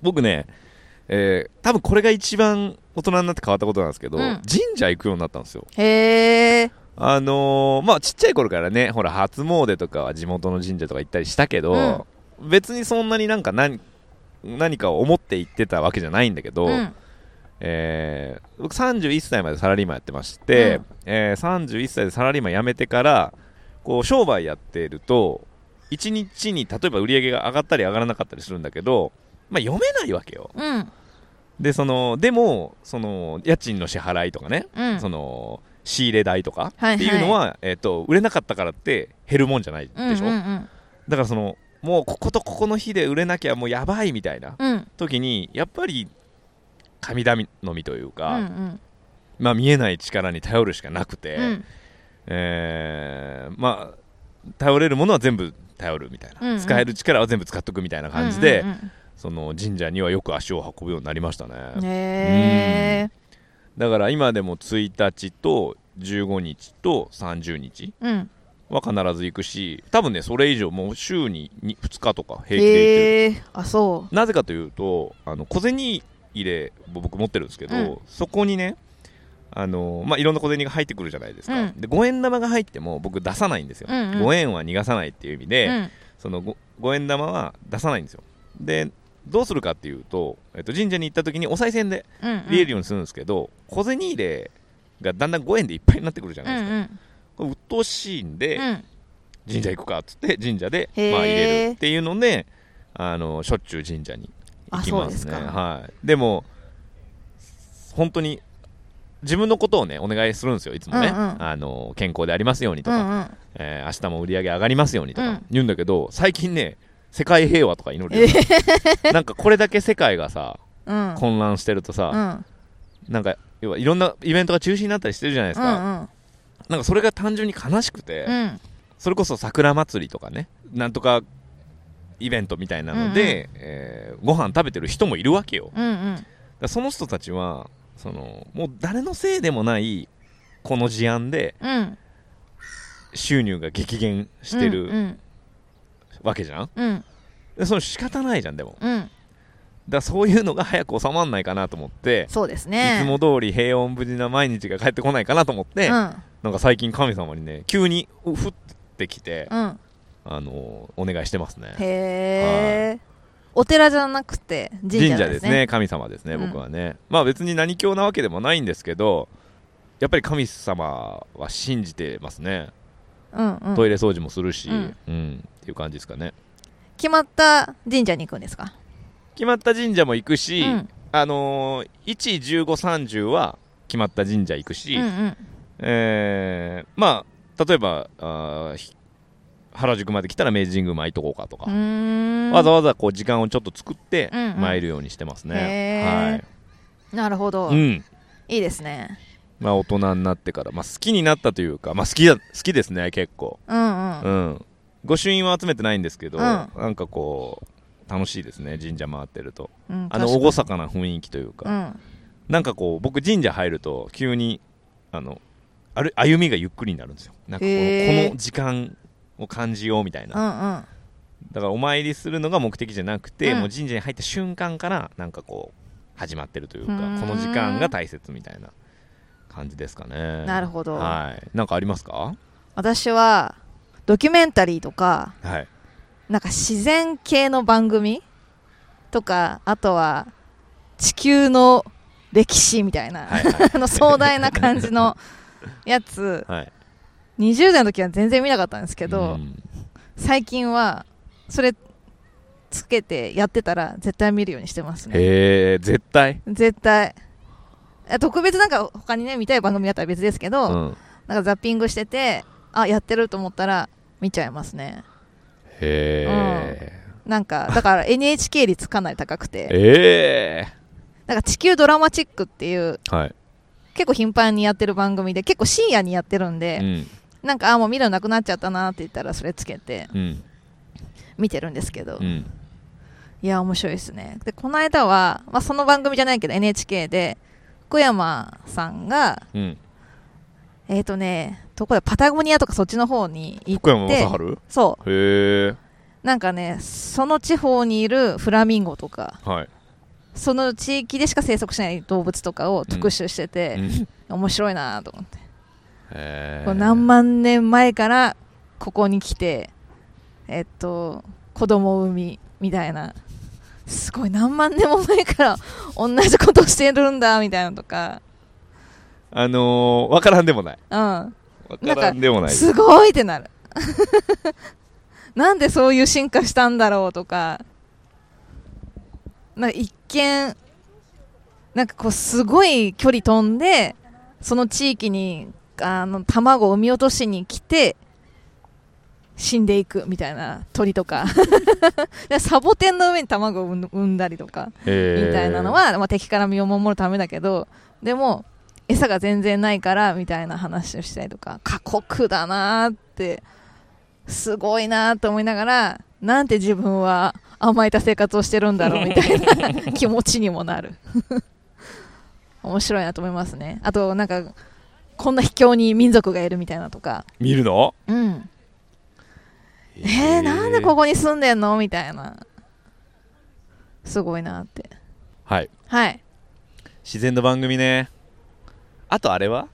[SPEAKER 1] 僕ねえー多分これが一番大人になって変わったことなんですけど、
[SPEAKER 2] うん
[SPEAKER 1] 神社行くようになったんですよ
[SPEAKER 2] へえ
[SPEAKER 1] あのーまあちっちゃい頃からねほら初詣とかは地元の神社とか行ったりしたけど、別にそんなになんか何何かを思って行ってたわけじゃないんだけど、
[SPEAKER 2] うん
[SPEAKER 1] えー僕31歳までサラリーマンやってまして、
[SPEAKER 2] うん
[SPEAKER 1] えー31歳でサラリーマン辞めてからこう商売やってると1日に例えば売り上げが上がったり上がらなかったりするんだけど、まあ、読めないわけよ
[SPEAKER 2] うん
[SPEAKER 1] でそのでもその家賃の支払いとかね
[SPEAKER 2] うん
[SPEAKER 1] その仕入れ代とか
[SPEAKER 2] はいはい
[SPEAKER 1] っていうのは、えっと売れなかったからって減るもんじゃないでしょ、
[SPEAKER 2] うんうん
[SPEAKER 1] だからそのもうこことここの日で売れなきゃもうやばいみたいな
[SPEAKER 2] うんうん
[SPEAKER 1] 時にやっぱり神頼みというか、
[SPEAKER 2] うん
[SPEAKER 1] まあ、見えない力に頼るしかなくて、
[SPEAKER 2] うん
[SPEAKER 1] えーまあ頼れるものは全部頼るみたいな、
[SPEAKER 2] うんうん
[SPEAKER 1] 使える力は全部使っとくみたいな感じで、
[SPEAKER 2] うんうん
[SPEAKER 1] その神社にはよく足を運ぶようになりましたね、
[SPEAKER 2] うんへえ
[SPEAKER 1] だから今でも1日と15日と30日
[SPEAKER 2] うん
[SPEAKER 1] は必ず行くし多分ねそれ以上もう週に 2, 日とか平気で行ってる、
[SPEAKER 2] へえあそ
[SPEAKER 1] なぜかというとあの小銭入れ僕持ってるんですけど、
[SPEAKER 2] うん
[SPEAKER 1] そこにねあのまあ、いろんな小銭が入ってくるじゃないですか、
[SPEAKER 2] うん
[SPEAKER 1] で5円玉が入っても僕出さないんですよ、
[SPEAKER 2] うんうん
[SPEAKER 1] 5円は逃がさないっていう意味
[SPEAKER 2] う
[SPEAKER 1] で、
[SPEAKER 2] うん
[SPEAKER 1] その 5, 円玉は出さないんですよでどうするかっていうと、えっと、神社に行った時にお賽銭で
[SPEAKER 2] うん
[SPEAKER 1] 入れるようにするんですけど、小銭入れがだんだん5円でいっぱいになってくるじゃ
[SPEAKER 2] う
[SPEAKER 1] ない
[SPEAKER 2] ん
[SPEAKER 1] です
[SPEAKER 2] う
[SPEAKER 1] か、
[SPEAKER 2] ん
[SPEAKER 1] これ鬱陶しいんで、
[SPEAKER 2] うん
[SPEAKER 1] 神社行くかっつって神社でまあ
[SPEAKER 2] へー
[SPEAKER 1] 入れるっていうのであのしょっちゅう神社に行きま
[SPEAKER 2] あそうです
[SPEAKER 1] すね
[SPEAKER 2] か
[SPEAKER 1] はい、でも本当に自分のことをねお願いするんですよいつもね、
[SPEAKER 2] うんうん
[SPEAKER 1] あの健康でありますようにと
[SPEAKER 2] う
[SPEAKER 1] か、
[SPEAKER 2] んうん
[SPEAKER 1] えー明日も売り上げ上がりますようにと
[SPEAKER 2] う
[SPEAKER 1] か
[SPEAKER 2] ん
[SPEAKER 1] 言うんだけど、最近ね世界平和とか祈るようになったなんかこれだけ世界がさ
[SPEAKER 2] うん
[SPEAKER 1] 混乱してると
[SPEAKER 2] う
[SPEAKER 1] さ、
[SPEAKER 2] ん
[SPEAKER 1] なんか要はいろんなイベントが中止になったりしてるじゃないです
[SPEAKER 2] う
[SPEAKER 1] か、
[SPEAKER 2] ん
[SPEAKER 1] なんかそれが単純に悲しくて、
[SPEAKER 2] うん
[SPEAKER 1] それこそ桜祭りとかねなんとかイベントみたいなので、えーご飯食べてる人もいるわけよだか
[SPEAKER 2] うんうん
[SPEAKER 1] らその人たちはそのもう誰のせいでもないこの事案で
[SPEAKER 2] うん
[SPEAKER 1] 収入が激減して
[SPEAKER 2] う
[SPEAKER 1] る
[SPEAKER 2] ん
[SPEAKER 1] わけじゃん、
[SPEAKER 2] うん
[SPEAKER 1] でその仕方ないじゃんでもだか
[SPEAKER 2] うん
[SPEAKER 1] らそういうのが早く収まんないかなと思って、
[SPEAKER 2] そうですね
[SPEAKER 1] いつも通り平穏無事な毎日が帰ってこないかなと思って、
[SPEAKER 2] うん
[SPEAKER 1] なんか最近神様にね急にうふってきて、
[SPEAKER 2] うん
[SPEAKER 1] あのお願いしてますね
[SPEAKER 2] へえお寺じゃなくて神
[SPEAKER 1] 神
[SPEAKER 2] 社
[SPEAKER 1] 社
[SPEAKER 2] で
[SPEAKER 1] です
[SPEAKER 2] すね
[SPEAKER 1] ね神様ですね、
[SPEAKER 2] うん
[SPEAKER 1] 僕はねまあ別に何教なわけでもないんですけどやっぱり神様は信じてますね、
[SPEAKER 2] うんうん
[SPEAKER 1] トイレ掃除もするし、う
[SPEAKER 2] うんん
[SPEAKER 1] っていう感じですかね
[SPEAKER 2] 決まった神社に行くんですか
[SPEAKER 1] 決まった神社も行くし、
[SPEAKER 2] うん
[SPEAKER 1] あのー、11530は決まった神社行くし、
[SPEAKER 2] うんうん
[SPEAKER 1] えーまあ例えばあーひ原宿まで来たら明治神宮参っとこうかとか
[SPEAKER 2] う、ーん
[SPEAKER 1] わざわざこう時間をちょっと作って
[SPEAKER 2] うんうん
[SPEAKER 1] 参るようにしてますね、
[SPEAKER 2] へーなるほど
[SPEAKER 1] はい、うん
[SPEAKER 2] いいですね
[SPEAKER 1] まあ大人になってから、まあ、好きになったというか、まあ、好きだ好きですね結構
[SPEAKER 2] うんう
[SPEAKER 1] うんん御朱印は集めてないんですけど、
[SPEAKER 2] うん
[SPEAKER 1] なんかこう楽しいですね神社回ってると
[SPEAKER 2] うん
[SPEAKER 1] あの
[SPEAKER 2] 確かに
[SPEAKER 1] 厳かな雰囲気というか、
[SPEAKER 2] うん
[SPEAKER 1] なんかこう僕神社入ると急にあのある歩みがゆっくりになるんですよなんかこの
[SPEAKER 2] へー
[SPEAKER 1] この時間を感じようみたいうな、
[SPEAKER 2] んうん
[SPEAKER 1] だからお参りするのが目的じゃなくて、
[SPEAKER 2] うん
[SPEAKER 1] もう神社に入った瞬間からなんかこう始まってるというか
[SPEAKER 2] うーん
[SPEAKER 1] この時間が大切みたいな感じですかね
[SPEAKER 2] なるほど
[SPEAKER 1] はい。なんかありますか？
[SPEAKER 2] 私はドキュメンタリーとか
[SPEAKER 1] はい。
[SPEAKER 2] なんか自然系の番組とかあとは地球の歴史みたいな、
[SPEAKER 1] はいは
[SPEAKER 2] *laughs* あの壮大な感じのやつ
[SPEAKER 1] はい。
[SPEAKER 2] 20代の時は全然見なかったんですけ
[SPEAKER 1] け
[SPEAKER 2] ど、最近はそれつけてやってたら絶対見るようにしてますね
[SPEAKER 1] へえ、絶対。
[SPEAKER 2] 絶対あ特別なんか他にね見たい番組だったら別ですけ
[SPEAKER 1] う
[SPEAKER 2] ど、
[SPEAKER 1] ん。
[SPEAKER 2] なんかザッピングしててあやってると思ったら見ちゃいますね
[SPEAKER 1] へえ。
[SPEAKER 2] なんかだから
[SPEAKER 1] *laughs*
[SPEAKER 2] NHK 率かなり高くて
[SPEAKER 1] ええ。
[SPEAKER 2] なんか地球ドラマチックっていう
[SPEAKER 1] はい。
[SPEAKER 2] 結構頻繁にやってる番組で結構深夜にやってるん
[SPEAKER 1] う
[SPEAKER 2] で、
[SPEAKER 1] ん
[SPEAKER 2] なんかあーもう見るのなくなっちゃったなって言ったらそれつけて
[SPEAKER 1] うん
[SPEAKER 2] 見てるんですけど、
[SPEAKER 1] うん
[SPEAKER 2] いや面白いですねでこの間は、まあ、その番組じゃないけど NHK で福山さんが
[SPEAKER 1] うん
[SPEAKER 2] えっ、ー、とねどこだパタゴニアとかそっちの方に行って
[SPEAKER 1] 福山雅治
[SPEAKER 2] そ
[SPEAKER 1] へえ
[SPEAKER 2] うなんかねその地方にいるフラミンゴとか
[SPEAKER 1] はい
[SPEAKER 2] その地域でしか生息しない動物とかを特集してて、 *laughs*
[SPEAKER 1] うん
[SPEAKER 2] 面白いなと思って、
[SPEAKER 1] へ
[SPEAKER 2] こ
[SPEAKER 1] ー
[SPEAKER 2] う何万年前からここに来てえっと子供を産みみたいなすごい何万年も前から同じことをしてるんだみたいなのとか、
[SPEAKER 1] あのー、わからんでもない
[SPEAKER 2] うん、
[SPEAKER 1] わからんでもないです
[SPEAKER 2] すごいってなるなんでそういう進化したんだろうとかなんか一見なんかこうすごい距離飛んでその地域にあの卵を産み落としに来て死んでいくみたいな鳥とか *laughs* でサボテンの上に卵を産ん産んだりとか
[SPEAKER 1] へー
[SPEAKER 2] みたいなのは、まあ、敵から身を守るためだけどでも餌が全然ないからみたいな話をしたりとか過酷だなーってすごいなーと思いながらなんて自分は甘えた生活をしてるんだろうみたい *laughs* な気持ちにもなる *laughs* 面白いなと思いますねあとなんかこんな秘境に民族がいるみたいなとか
[SPEAKER 1] 見るの
[SPEAKER 2] うんえー、なんでこ
[SPEAKER 1] こ
[SPEAKER 2] こに住んでんのみたいなすごいなーって
[SPEAKER 1] はい
[SPEAKER 2] *laughs* はい
[SPEAKER 1] 自然の番組ねあとあれは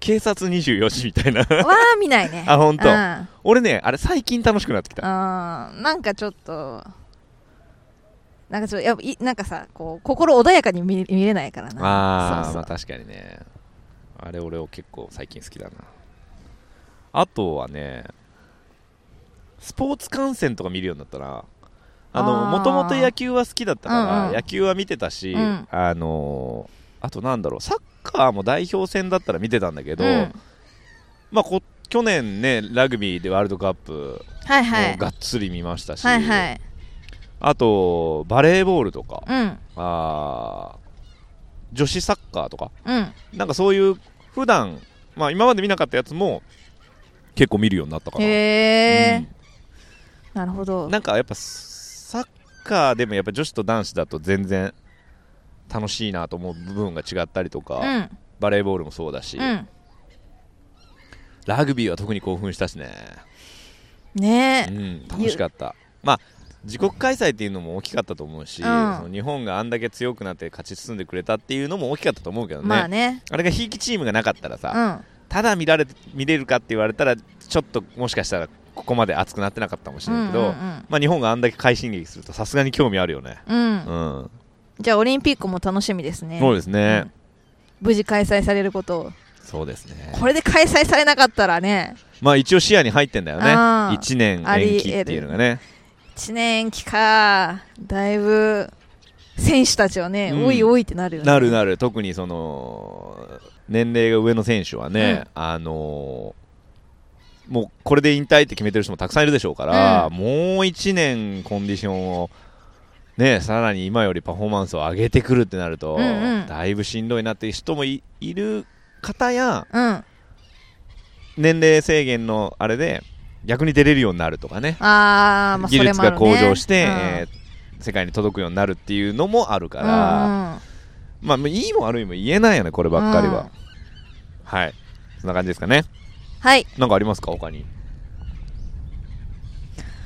[SPEAKER 1] 警察24時みたい
[SPEAKER 2] *laughs*
[SPEAKER 1] な
[SPEAKER 2] は見ないね
[SPEAKER 1] あほんと
[SPEAKER 2] うん
[SPEAKER 1] 俺ねあれ最近楽しくなってきた
[SPEAKER 2] あーなんかちょっとなんかちょっとやっぱいなんかさこう心穏やかに見見れないから
[SPEAKER 1] あー
[SPEAKER 2] なそう
[SPEAKER 1] まあ
[SPEAKER 2] そう
[SPEAKER 1] 確かにねあれ俺を結構最近好きだなあとはねスポーツ観戦とか見るようになったなあの
[SPEAKER 2] あー
[SPEAKER 1] もともと野球は好きだったから、
[SPEAKER 2] うんうん
[SPEAKER 1] 野球は見てたし、
[SPEAKER 2] うん
[SPEAKER 1] あのーあとなんだろうサッカーも代表戦だったら見てたんだけど、
[SPEAKER 2] うん
[SPEAKER 1] まあこ去年ねラグビーでワールドカップ
[SPEAKER 2] はいは
[SPEAKER 1] もう
[SPEAKER 2] い
[SPEAKER 1] がっつり見ましたし、
[SPEAKER 2] はいはい
[SPEAKER 1] あとバレーボールとか、
[SPEAKER 2] うん
[SPEAKER 1] あー女子サッカーとか
[SPEAKER 2] うん
[SPEAKER 1] なんかそういう普段まあ今まで見なかったやつも結構見るようになったか
[SPEAKER 2] へ
[SPEAKER 1] な、
[SPEAKER 2] え、なるほ
[SPEAKER 1] う
[SPEAKER 2] ど
[SPEAKER 1] んなんかやっぱサッカーでもやっぱ女子と男子だと全然楽しいなと思う部分が違ったりとか、
[SPEAKER 2] うん
[SPEAKER 1] バレーボールもそうだし、
[SPEAKER 2] うん
[SPEAKER 1] ラグビーは特に興奮したしね
[SPEAKER 2] ね
[SPEAKER 1] う
[SPEAKER 2] え
[SPEAKER 1] ん、楽しかった、まあ、自国開催っていうのも大きかったと思うし、
[SPEAKER 2] うん
[SPEAKER 1] その日本があんだけ強くなって勝ち進んでくれたっていうのも大きかったと思うけどね、
[SPEAKER 2] まあ
[SPEAKER 1] あ、
[SPEAKER 2] ね
[SPEAKER 1] れがひいきチームがなかったら
[SPEAKER 2] う
[SPEAKER 1] さ、
[SPEAKER 2] ん
[SPEAKER 1] ただ見られ見れるかって言われたら、ちょっともしかしたらここまで熱くなってなかったかもしれないけど、
[SPEAKER 2] うん
[SPEAKER 1] まあ、日本があんだけ快進撃すると、さすがに興味あるよね。
[SPEAKER 2] うんうん
[SPEAKER 1] う
[SPEAKER 2] うん
[SPEAKER 1] ん、
[SPEAKER 2] じゃあオリンピックも楽しみですね
[SPEAKER 1] そうですね、
[SPEAKER 2] うん無事開催されることを
[SPEAKER 1] そうですね、
[SPEAKER 2] これで開催されなかったらね
[SPEAKER 1] まあ、一応視野に入ってんだよね、
[SPEAKER 2] あー
[SPEAKER 1] 1年延期っていうのがね、
[SPEAKER 2] 1年期かだいぶ選手たちはね、
[SPEAKER 1] うん
[SPEAKER 2] おいおいってなるよね
[SPEAKER 1] なるなる特にその年齢が上の選手はね、あのーもうこれで引退って決めてる人もたくさんいるでしょうから、
[SPEAKER 2] うん
[SPEAKER 1] もう1年コンディションを、ね、さらに今よりパフォーマンスを上げてくるってなると、
[SPEAKER 2] うんうん
[SPEAKER 1] だいぶしんどいなっていう人もいいる方や
[SPEAKER 2] うん
[SPEAKER 1] 年齢制限のあれで逆に出れるようになるとかね
[SPEAKER 2] あーまあ
[SPEAKER 1] 技術が向上して、
[SPEAKER 2] うん
[SPEAKER 1] えー世界に届くようになるっていうのもあるから。まあ、まあいいも悪いも言えないよね、こればっかりは。
[SPEAKER 2] うん
[SPEAKER 1] はい。そんな感じですかね。
[SPEAKER 2] はい
[SPEAKER 1] なんかありますか、他に。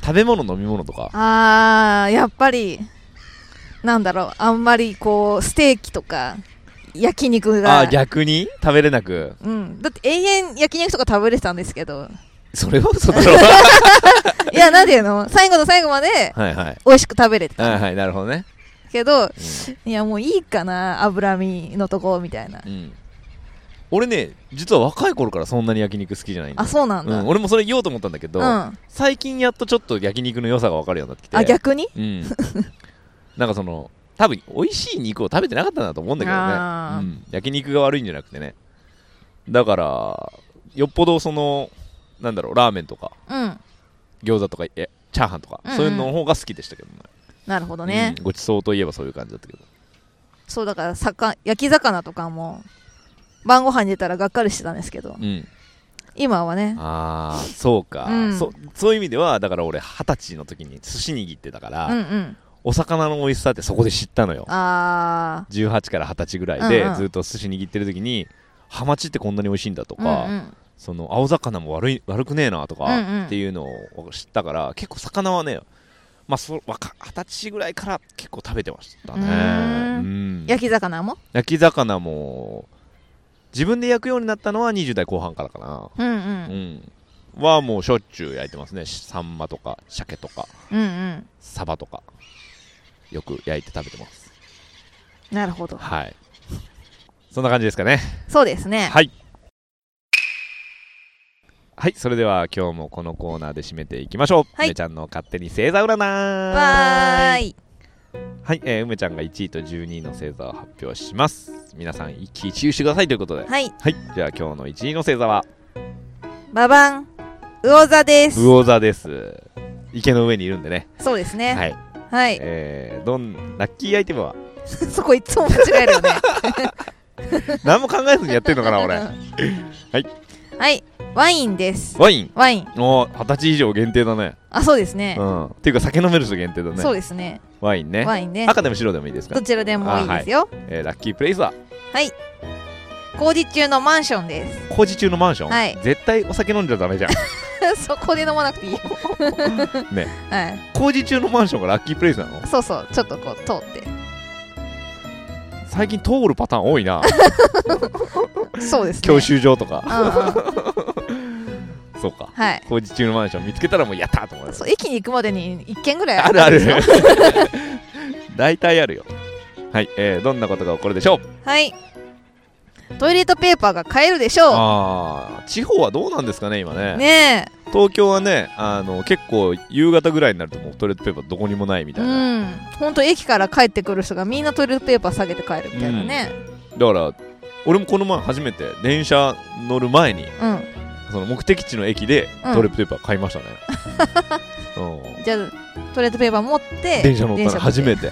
[SPEAKER 1] 食べ物、飲み物とか。
[SPEAKER 2] あーやっぱりなんだろうあんまりこうステーキとか焼肉が
[SPEAKER 1] あー逆に食べれなく。
[SPEAKER 2] うん、だって永遠焼肉とか食べれてたんですけど
[SPEAKER 1] それは嘘だろ。 *laughs* はい
[SPEAKER 2] やなんていうの最後の *laughs* 最後まで
[SPEAKER 1] いはい。
[SPEAKER 2] 美味しく食べれて
[SPEAKER 1] はい
[SPEAKER 2] た
[SPEAKER 1] はい、なるほどね。
[SPEAKER 2] けど、いやもういいかな脂身のとこみたいな
[SPEAKER 1] うん。俺ね、実は若い頃からそんなに焼肉好きじゃないんだ
[SPEAKER 2] あ。そうなんだ、
[SPEAKER 1] うん、俺もそれ言おうと思ったんだけど、
[SPEAKER 2] うん
[SPEAKER 1] 最近やっとちょっと焼肉の良さが分かるようになってきて。
[SPEAKER 2] あ逆に
[SPEAKER 1] うん、なんかその多分美味しい肉を食べてなかったんだと思うんだけ
[SPEAKER 2] あ
[SPEAKER 1] ど
[SPEAKER 2] ー
[SPEAKER 1] ね、うん、焼肉が悪いんじゃなくてねだからよっぽどそのなんだろうラーメンとか
[SPEAKER 2] うん
[SPEAKER 1] 餃子とかえチャーハンとか、
[SPEAKER 2] うんうん
[SPEAKER 1] そういうのの方が好きでしたけどね
[SPEAKER 2] なるほどね、
[SPEAKER 1] うんごちそうといえばそういう感じだったけど
[SPEAKER 2] そうだからさか焼き魚とかも晩ご飯に出たらがっかりしてたんですけど
[SPEAKER 1] うん、
[SPEAKER 2] 今はね
[SPEAKER 1] ああそうか、
[SPEAKER 2] うん
[SPEAKER 1] そそういう意味ではだから俺二十歳の時に寿司握ってたから、
[SPEAKER 2] うんうん
[SPEAKER 1] お魚の美味しさってそこで知ったのよ
[SPEAKER 2] あ
[SPEAKER 1] 18から二十歳ぐらいで、
[SPEAKER 2] うんうん
[SPEAKER 1] ずっと寿司握ってる時にハマチってこんなに美味しいんだと
[SPEAKER 2] あうん
[SPEAKER 1] か、
[SPEAKER 2] うん
[SPEAKER 1] その青魚も悪い悪くねえなとか、
[SPEAKER 2] うんうん
[SPEAKER 1] っていうのを知ったから結構魚はねまあそわか二十歳ぐらいから結構食べてましたね
[SPEAKER 2] うーん
[SPEAKER 1] うん
[SPEAKER 2] 焼き魚も
[SPEAKER 1] 焼き魚も自分で焼くようになったのは20代後半からかな
[SPEAKER 2] うんう
[SPEAKER 1] うんんはもうしょっちゅう焼いてますねしサンマとか鮭とか
[SPEAKER 2] うんうん
[SPEAKER 1] サバとかよく焼いて食べてます
[SPEAKER 2] なるほど
[SPEAKER 1] はいそんな感じですかね
[SPEAKER 2] そうですね
[SPEAKER 1] はいはいそれでは今日もこのコーナーで締めていきましょう、
[SPEAKER 2] はい
[SPEAKER 1] 梅ちゃんの勝手に星座占い
[SPEAKER 2] わーい
[SPEAKER 1] はい、えー梅ちゃんが1位と12位の星座を発表します皆さん一喜一憂してくださいということで
[SPEAKER 2] はい
[SPEAKER 1] はいじゃあ今日の1位の星座は
[SPEAKER 2] ババン魚座です
[SPEAKER 1] 魚座です池の上にいるんでね
[SPEAKER 2] そうですね
[SPEAKER 1] はい、
[SPEAKER 2] はい
[SPEAKER 1] えー、どんラッキーアイテムは
[SPEAKER 2] そこい *laughs* つも間違える
[SPEAKER 1] *laughs*
[SPEAKER 2] よね
[SPEAKER 1] 何も考えずにやってるのかな
[SPEAKER 2] *laughs*
[SPEAKER 1] 俺い
[SPEAKER 2] はいワインです
[SPEAKER 1] ワイン
[SPEAKER 2] ワイン
[SPEAKER 1] おー二十歳以上限定だね
[SPEAKER 2] あそうですね
[SPEAKER 1] うんっていうか酒飲める人限定だね
[SPEAKER 2] そうですね
[SPEAKER 1] ワインね
[SPEAKER 2] ワインね
[SPEAKER 1] 赤でも白でもいいですか
[SPEAKER 2] どちらでもいいですよ
[SPEAKER 1] えーラッキープレイスは
[SPEAKER 2] 工事中のマンションです
[SPEAKER 1] 工事中のマンション、
[SPEAKER 2] はい
[SPEAKER 1] 絶対お酒飲んじゃダメじゃん
[SPEAKER 2] *laughs* そこで飲まなくていいよ。
[SPEAKER 1] ね。
[SPEAKER 2] はい。
[SPEAKER 1] 工事中のマンションがラッキープレイスなの
[SPEAKER 2] そうそう、ちょっとこう通って。
[SPEAKER 1] 最近通るパターン多い
[SPEAKER 2] *laughs*
[SPEAKER 1] な
[SPEAKER 2] そうですね。
[SPEAKER 1] 教。習所とか
[SPEAKER 2] あ
[SPEAKER 1] そうか
[SPEAKER 2] あ、はい。
[SPEAKER 1] 工事中のマンション見つけたらもうやったーと思います
[SPEAKER 2] *laughs* そう駅に行くまでに一軒ぐらい
[SPEAKER 1] あるある
[SPEAKER 2] んですよ
[SPEAKER 1] 大体あるよはい、えーどんなことが起こるでしょう
[SPEAKER 2] はい。トイレットペーパーが買えるでしょ
[SPEAKER 1] あー地方はどうなんですかね今ね
[SPEAKER 2] う。ね
[SPEAKER 1] 東京はねあの結構夕方ぐらいになるともうトイレットペーパーどこにもないみ
[SPEAKER 2] え。
[SPEAKER 1] た
[SPEAKER 2] う
[SPEAKER 1] いな、
[SPEAKER 2] ん。ほんと駅から帰ってくる人がみんなトイレットペーパー下げて帰るみたいなね。
[SPEAKER 1] だから俺もこの前初めて電車乗る前に
[SPEAKER 2] うん。
[SPEAKER 1] その目的地の駅で
[SPEAKER 2] うん
[SPEAKER 1] トイレットペーパー買いました
[SPEAKER 2] *laughs*
[SPEAKER 1] ね、うん
[SPEAKER 2] じゃあ、トイレットペーパー持って。
[SPEAKER 1] 電車乗ったら初
[SPEAKER 2] て。
[SPEAKER 1] めて、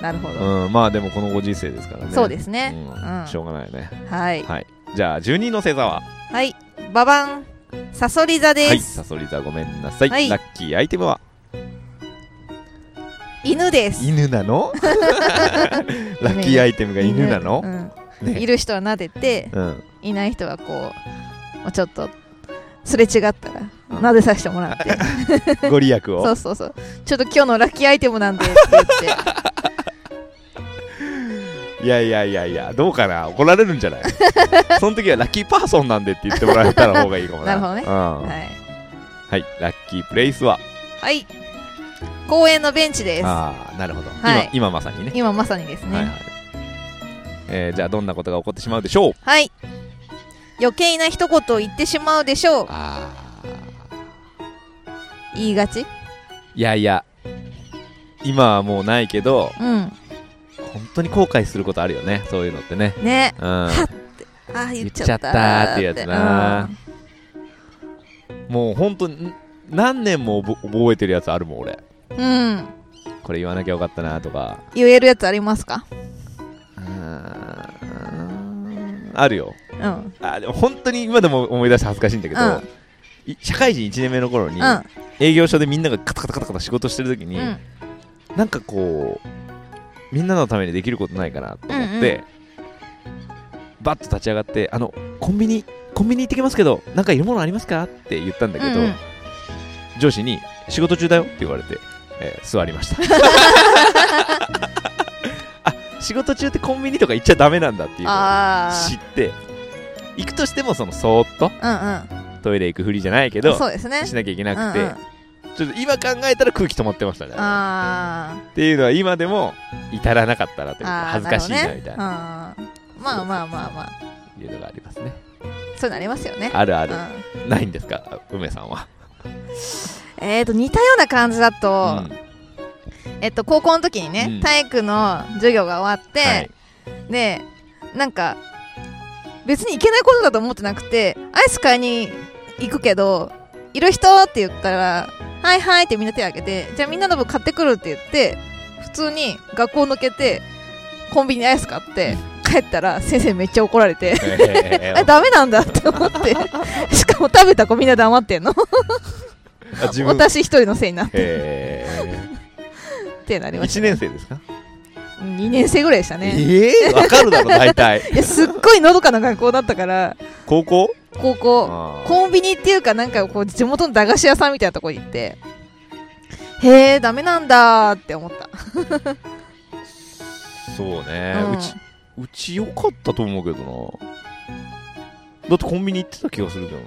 [SPEAKER 2] なるほど。
[SPEAKER 1] うん、まあでもこのご時世ですからね
[SPEAKER 2] そうですすね。うん
[SPEAKER 1] しょうがないね
[SPEAKER 2] はい。
[SPEAKER 1] じゃあ12位の星座は
[SPEAKER 2] はい。ババン、サソリ座
[SPEAKER 1] は
[SPEAKER 2] で
[SPEAKER 1] い
[SPEAKER 2] す。
[SPEAKER 1] サソリ座ごめんなさい、
[SPEAKER 2] はい
[SPEAKER 1] ラッキーアイテムは
[SPEAKER 2] 犬です。
[SPEAKER 1] 犬な
[SPEAKER 2] *laughs*
[SPEAKER 1] のラッキーアイテムが犬なの、
[SPEAKER 2] うん
[SPEAKER 1] ね
[SPEAKER 2] いる人は撫でて
[SPEAKER 1] うん、
[SPEAKER 2] いない人はこうもうちょっとすれ違ったら
[SPEAKER 1] うん
[SPEAKER 2] 撫でさせてもらって
[SPEAKER 1] ご利益を
[SPEAKER 2] そうそうそうちょっと今日のラッキーアイテムなんでって言って
[SPEAKER 1] いやいやいやいやどうかな怒られるんじゃ
[SPEAKER 2] *laughs*
[SPEAKER 1] ないその時はラッキーパーソンなんでって言ってもらえたら方がいいかもな
[SPEAKER 2] なるほどね
[SPEAKER 1] *laughs* うんはい、
[SPEAKER 2] はい、
[SPEAKER 1] ラッキープレイスは
[SPEAKER 2] はい、公園のベンチです
[SPEAKER 1] ああなるほど、
[SPEAKER 2] はい
[SPEAKER 1] 今今まさにね
[SPEAKER 2] 今まさにです
[SPEAKER 1] はいは
[SPEAKER 2] ね
[SPEAKER 1] いえーじゃあどんなことが起こってしまうでしょう
[SPEAKER 2] はい、余計な一言を言ってしまうでしょう
[SPEAKER 1] ああ
[SPEAKER 2] 言いがち
[SPEAKER 1] いやいや今はもうないけど
[SPEAKER 2] うん
[SPEAKER 1] 本当に後悔することあるよねそういうのってね
[SPEAKER 2] ね
[SPEAKER 1] うん
[SPEAKER 2] ああ
[SPEAKER 1] 言
[SPEAKER 2] 言
[SPEAKER 1] っ
[SPEAKER 2] っち
[SPEAKER 1] ちゃ
[SPEAKER 2] ゃ
[SPEAKER 1] っ
[SPEAKER 2] ったた
[SPEAKER 1] ーっていうやつな
[SPEAKER 2] う、
[SPEAKER 1] もう本当にん何年も覚覚えてるやつあるもん俺
[SPEAKER 2] んうん
[SPEAKER 1] これ言わなきゃよかったなとか
[SPEAKER 2] 言えるやつありますか
[SPEAKER 1] うーんあるよ
[SPEAKER 2] うん
[SPEAKER 1] あでも本当に今でも思い出して恥ずかしいんだけど、
[SPEAKER 2] うん
[SPEAKER 1] い社会人1年目の頃
[SPEAKER 2] う
[SPEAKER 1] に、
[SPEAKER 2] んうん
[SPEAKER 1] 営業所でみんながカタカタカタカタ仕事してる時に、
[SPEAKER 2] うん
[SPEAKER 1] なんかこうみんなのためにできることないかなと思って、バッと立ち上がってあのコンビニコンビニ行ってきますけどなんかいるものありますかって言ったんだけど、
[SPEAKER 2] うん
[SPEAKER 1] 上司に仕事中だよって言われて、えー座りました
[SPEAKER 2] *laughs*
[SPEAKER 1] あ仕事中ってコンビニとか行っちゃダメなんだっていうのを
[SPEAKER 2] あ
[SPEAKER 1] 知って行くとしてもそのそーっと
[SPEAKER 2] あうん
[SPEAKER 1] トイレ行くふりじゃないけ
[SPEAKER 2] うん
[SPEAKER 1] ど
[SPEAKER 2] そうですね
[SPEAKER 1] しなきゃいけなく
[SPEAKER 2] う
[SPEAKER 1] て、
[SPEAKER 2] んうん
[SPEAKER 1] ちょっと今考えたら空気止まってましたね
[SPEAKER 2] あ
[SPEAKER 1] っていうのは今でも至らなかったなと
[SPEAKER 2] ー
[SPEAKER 1] いうか
[SPEAKER 2] あー
[SPEAKER 1] 恥ずかしい
[SPEAKER 2] るほ
[SPEAKER 1] な
[SPEAKER 2] どね
[SPEAKER 1] みたいな
[SPEAKER 2] あーまあまあまあまあ
[SPEAKER 1] いうのがありますね
[SPEAKER 2] そうなりますよね
[SPEAKER 1] あるあ
[SPEAKER 2] う
[SPEAKER 1] る
[SPEAKER 2] ん
[SPEAKER 1] ないんですか梅さんは
[SPEAKER 2] えーと似たような感じだと、
[SPEAKER 1] うん
[SPEAKER 2] えっと高校の時にね、
[SPEAKER 1] うん
[SPEAKER 2] 体育の授業が終わって、
[SPEAKER 1] はい
[SPEAKER 2] でなんか別に行けないことだと思ってなくてアイス買いに行くけどいる人って言ったらはいはいってみんな手挙げてじゃあみんなの分買ってくるって言って普通に学校抜けてコンビニでアイス買って帰ったら先生めっちゃ怒られて
[SPEAKER 1] え
[SPEAKER 2] えダメなんだって思って
[SPEAKER 1] *laughs*
[SPEAKER 2] しかも食べた子みんな黙ってんの
[SPEAKER 1] あ自分
[SPEAKER 2] 私一人のせいになっ
[SPEAKER 1] え
[SPEAKER 2] てなりまし
[SPEAKER 1] 1
[SPEAKER 2] た
[SPEAKER 1] 年生ですか、
[SPEAKER 2] 2年生ぐらいでしたね
[SPEAKER 1] ええわかるだろ大体
[SPEAKER 2] *laughs* いやすっごいのどかな学校だったから
[SPEAKER 1] 高校
[SPEAKER 2] 高校
[SPEAKER 1] あー
[SPEAKER 2] コンビニっていうかなんかこう地元の駄菓子屋さんみたいなとこに行ってへえダメなんだって思った
[SPEAKER 1] そうね、
[SPEAKER 2] う
[SPEAKER 1] うんちうち良かったと思うけどなだってコンビニ行ってた気がするけどな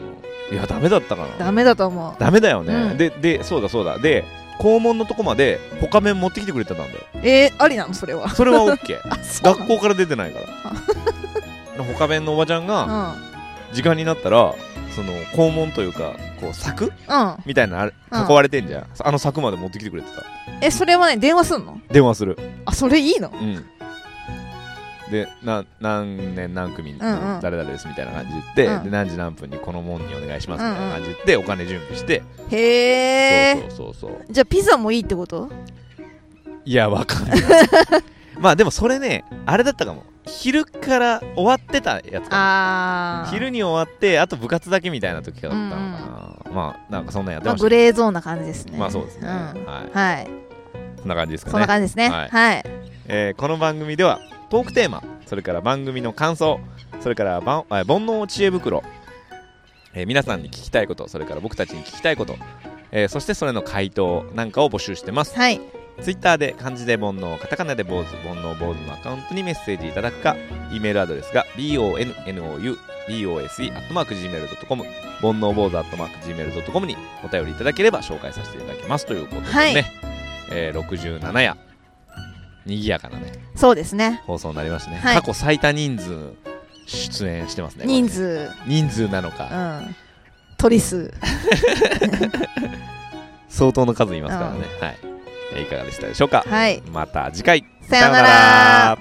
[SPEAKER 1] いやダメだったかな
[SPEAKER 2] ダメだと思う
[SPEAKER 1] ダメだよね、
[SPEAKER 2] うん
[SPEAKER 1] ででそうだそうだで校門のとこまでポカメン持ってきてくれてたんだよ
[SPEAKER 2] えー、ありなのそれは
[SPEAKER 1] それは OK
[SPEAKER 2] あそうな
[SPEAKER 1] *laughs* 学
[SPEAKER 2] の
[SPEAKER 1] 校から出てないから
[SPEAKER 2] *laughs*
[SPEAKER 1] ポカメンのおばちゃんが時間になったらその校門というかこう柵
[SPEAKER 2] うんうん
[SPEAKER 1] みたいなのあれ
[SPEAKER 2] うん
[SPEAKER 1] 囲われてんじゃん、あの柵まで持ってきてくれてた
[SPEAKER 2] えそれはね電話すんの
[SPEAKER 1] 電話する
[SPEAKER 2] あそれいいの
[SPEAKER 1] うんでな何年何組の
[SPEAKER 2] うんうん
[SPEAKER 1] 誰々ですみたいな感じで言って、
[SPEAKER 2] うん
[SPEAKER 1] で何時何分にこの門にお願いします
[SPEAKER 2] うん
[SPEAKER 1] み
[SPEAKER 2] うん
[SPEAKER 1] たいな感じで言って、お金準備して、
[SPEAKER 2] へえ
[SPEAKER 1] そうそうそうそう
[SPEAKER 2] じゃあピザもいいってこと
[SPEAKER 1] いやわかんない
[SPEAKER 2] *laughs*
[SPEAKER 1] まあでもそれねあれだったかも昼から終わってたやつか
[SPEAKER 2] あ
[SPEAKER 1] も
[SPEAKER 2] あ
[SPEAKER 1] 昼に終わってあと部活だけみたいな時だったのかな、まあなんかそんなんやって
[SPEAKER 2] まあ、
[SPEAKER 1] ました
[SPEAKER 2] グ
[SPEAKER 1] け
[SPEAKER 2] レーゾーンな感じです
[SPEAKER 1] ど
[SPEAKER 2] ね
[SPEAKER 1] まあそうですね、
[SPEAKER 2] ん
[SPEAKER 1] はい
[SPEAKER 2] はい
[SPEAKER 1] そんな感じです
[SPEAKER 2] そ
[SPEAKER 1] か
[SPEAKER 2] んな
[SPEAKER 1] ね
[SPEAKER 2] 感じですね。は。
[SPEAKER 1] はいいえーこの番組ではトークテーマそれから番組の感想それからばんあ煩悩知恵袋、えー皆さんに聞きたいことそれから僕たちに聞きたいこと、えーそしてそれの回答なんかを募集してます
[SPEAKER 2] はい。
[SPEAKER 1] ツイッターで漢字で煩悩カタカナで坊主煩悩坊主のアカウントにメッセージいただくか E メールアドレスが bonoubose.gmail.com 煩悩坊主 .gmail.com にお便りいただければ紹介させていただきますということでね、
[SPEAKER 2] はい
[SPEAKER 1] えー67夜賑やかなね
[SPEAKER 2] そうですね。
[SPEAKER 1] 放送になりましたね、
[SPEAKER 2] はい
[SPEAKER 1] 過去最多人数出演してますね
[SPEAKER 2] 人数、
[SPEAKER 1] 人数なの
[SPEAKER 2] う
[SPEAKER 1] か
[SPEAKER 2] ん。鳥数。
[SPEAKER 1] 相当の数いますからね、はい、えーいかがでしたでしょうか
[SPEAKER 2] はい。
[SPEAKER 1] また次回
[SPEAKER 2] さようなら。